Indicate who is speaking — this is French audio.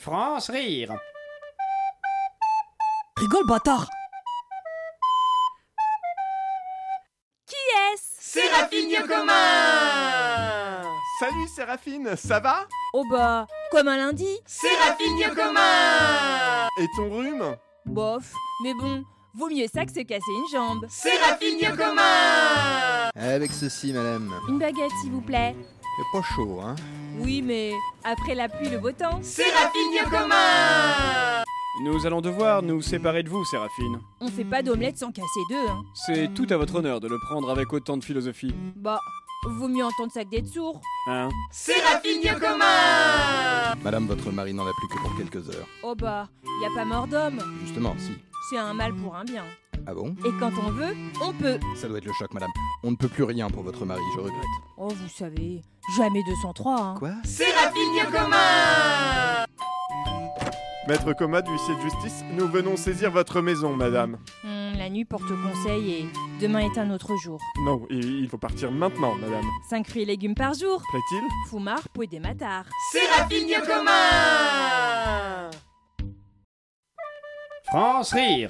Speaker 1: France rire.
Speaker 2: Rigole, bâtard
Speaker 3: Qui est-ce
Speaker 4: Séraphine commun Salut Séraphine, ça va
Speaker 3: Oh bah, comme un lundi
Speaker 4: Séraphine commun Et ton rhume
Speaker 3: Bof, mais bon, vaut mieux ça que se casser une jambe.
Speaker 4: Séraphine commun
Speaker 5: Eh, Avec ceci, madame.
Speaker 3: Une baguette, s'il vous plaît.
Speaker 5: C'est pas chaud, hein
Speaker 3: Oui, mais après la pluie, le beau temps.
Speaker 4: Séraphine commun
Speaker 1: Nous allons devoir nous séparer de vous, Séraphine.
Speaker 3: On fait pas d'omelette sans casser deux, hein.
Speaker 1: C'est tout à votre honneur de le prendre avec autant de philosophie.
Speaker 3: Bah, vaut mieux entendre ça que d'être sourd.
Speaker 1: Hein
Speaker 4: Séraphine commun
Speaker 5: Madame, votre mari n'en a plus que pour quelques heures.
Speaker 3: Oh bah, y a pas mort d'homme.
Speaker 5: Justement, si.
Speaker 3: C'est un mal pour un bien.
Speaker 5: Ah bon
Speaker 3: Et quand on veut, on peut.
Speaker 5: Ça doit être le choc, madame. On ne peut plus rien pour votre mari, je regrette.
Speaker 3: Oh, vous savez, jamais 203, hein.
Speaker 5: Quoi
Speaker 4: Séraphine commun Maître Coma, huissier de justice, nous venons saisir votre maison, madame.
Speaker 3: Hmm, la nuit porte conseil et demain est un autre jour.
Speaker 4: Non, il il faut partir maintenant, madame.
Speaker 3: 5 fruits et légumes par jour.
Speaker 4: Plaît-il
Speaker 3: Foumar, pouet des matards.
Speaker 4: Séraphine commun
Speaker 1: France rire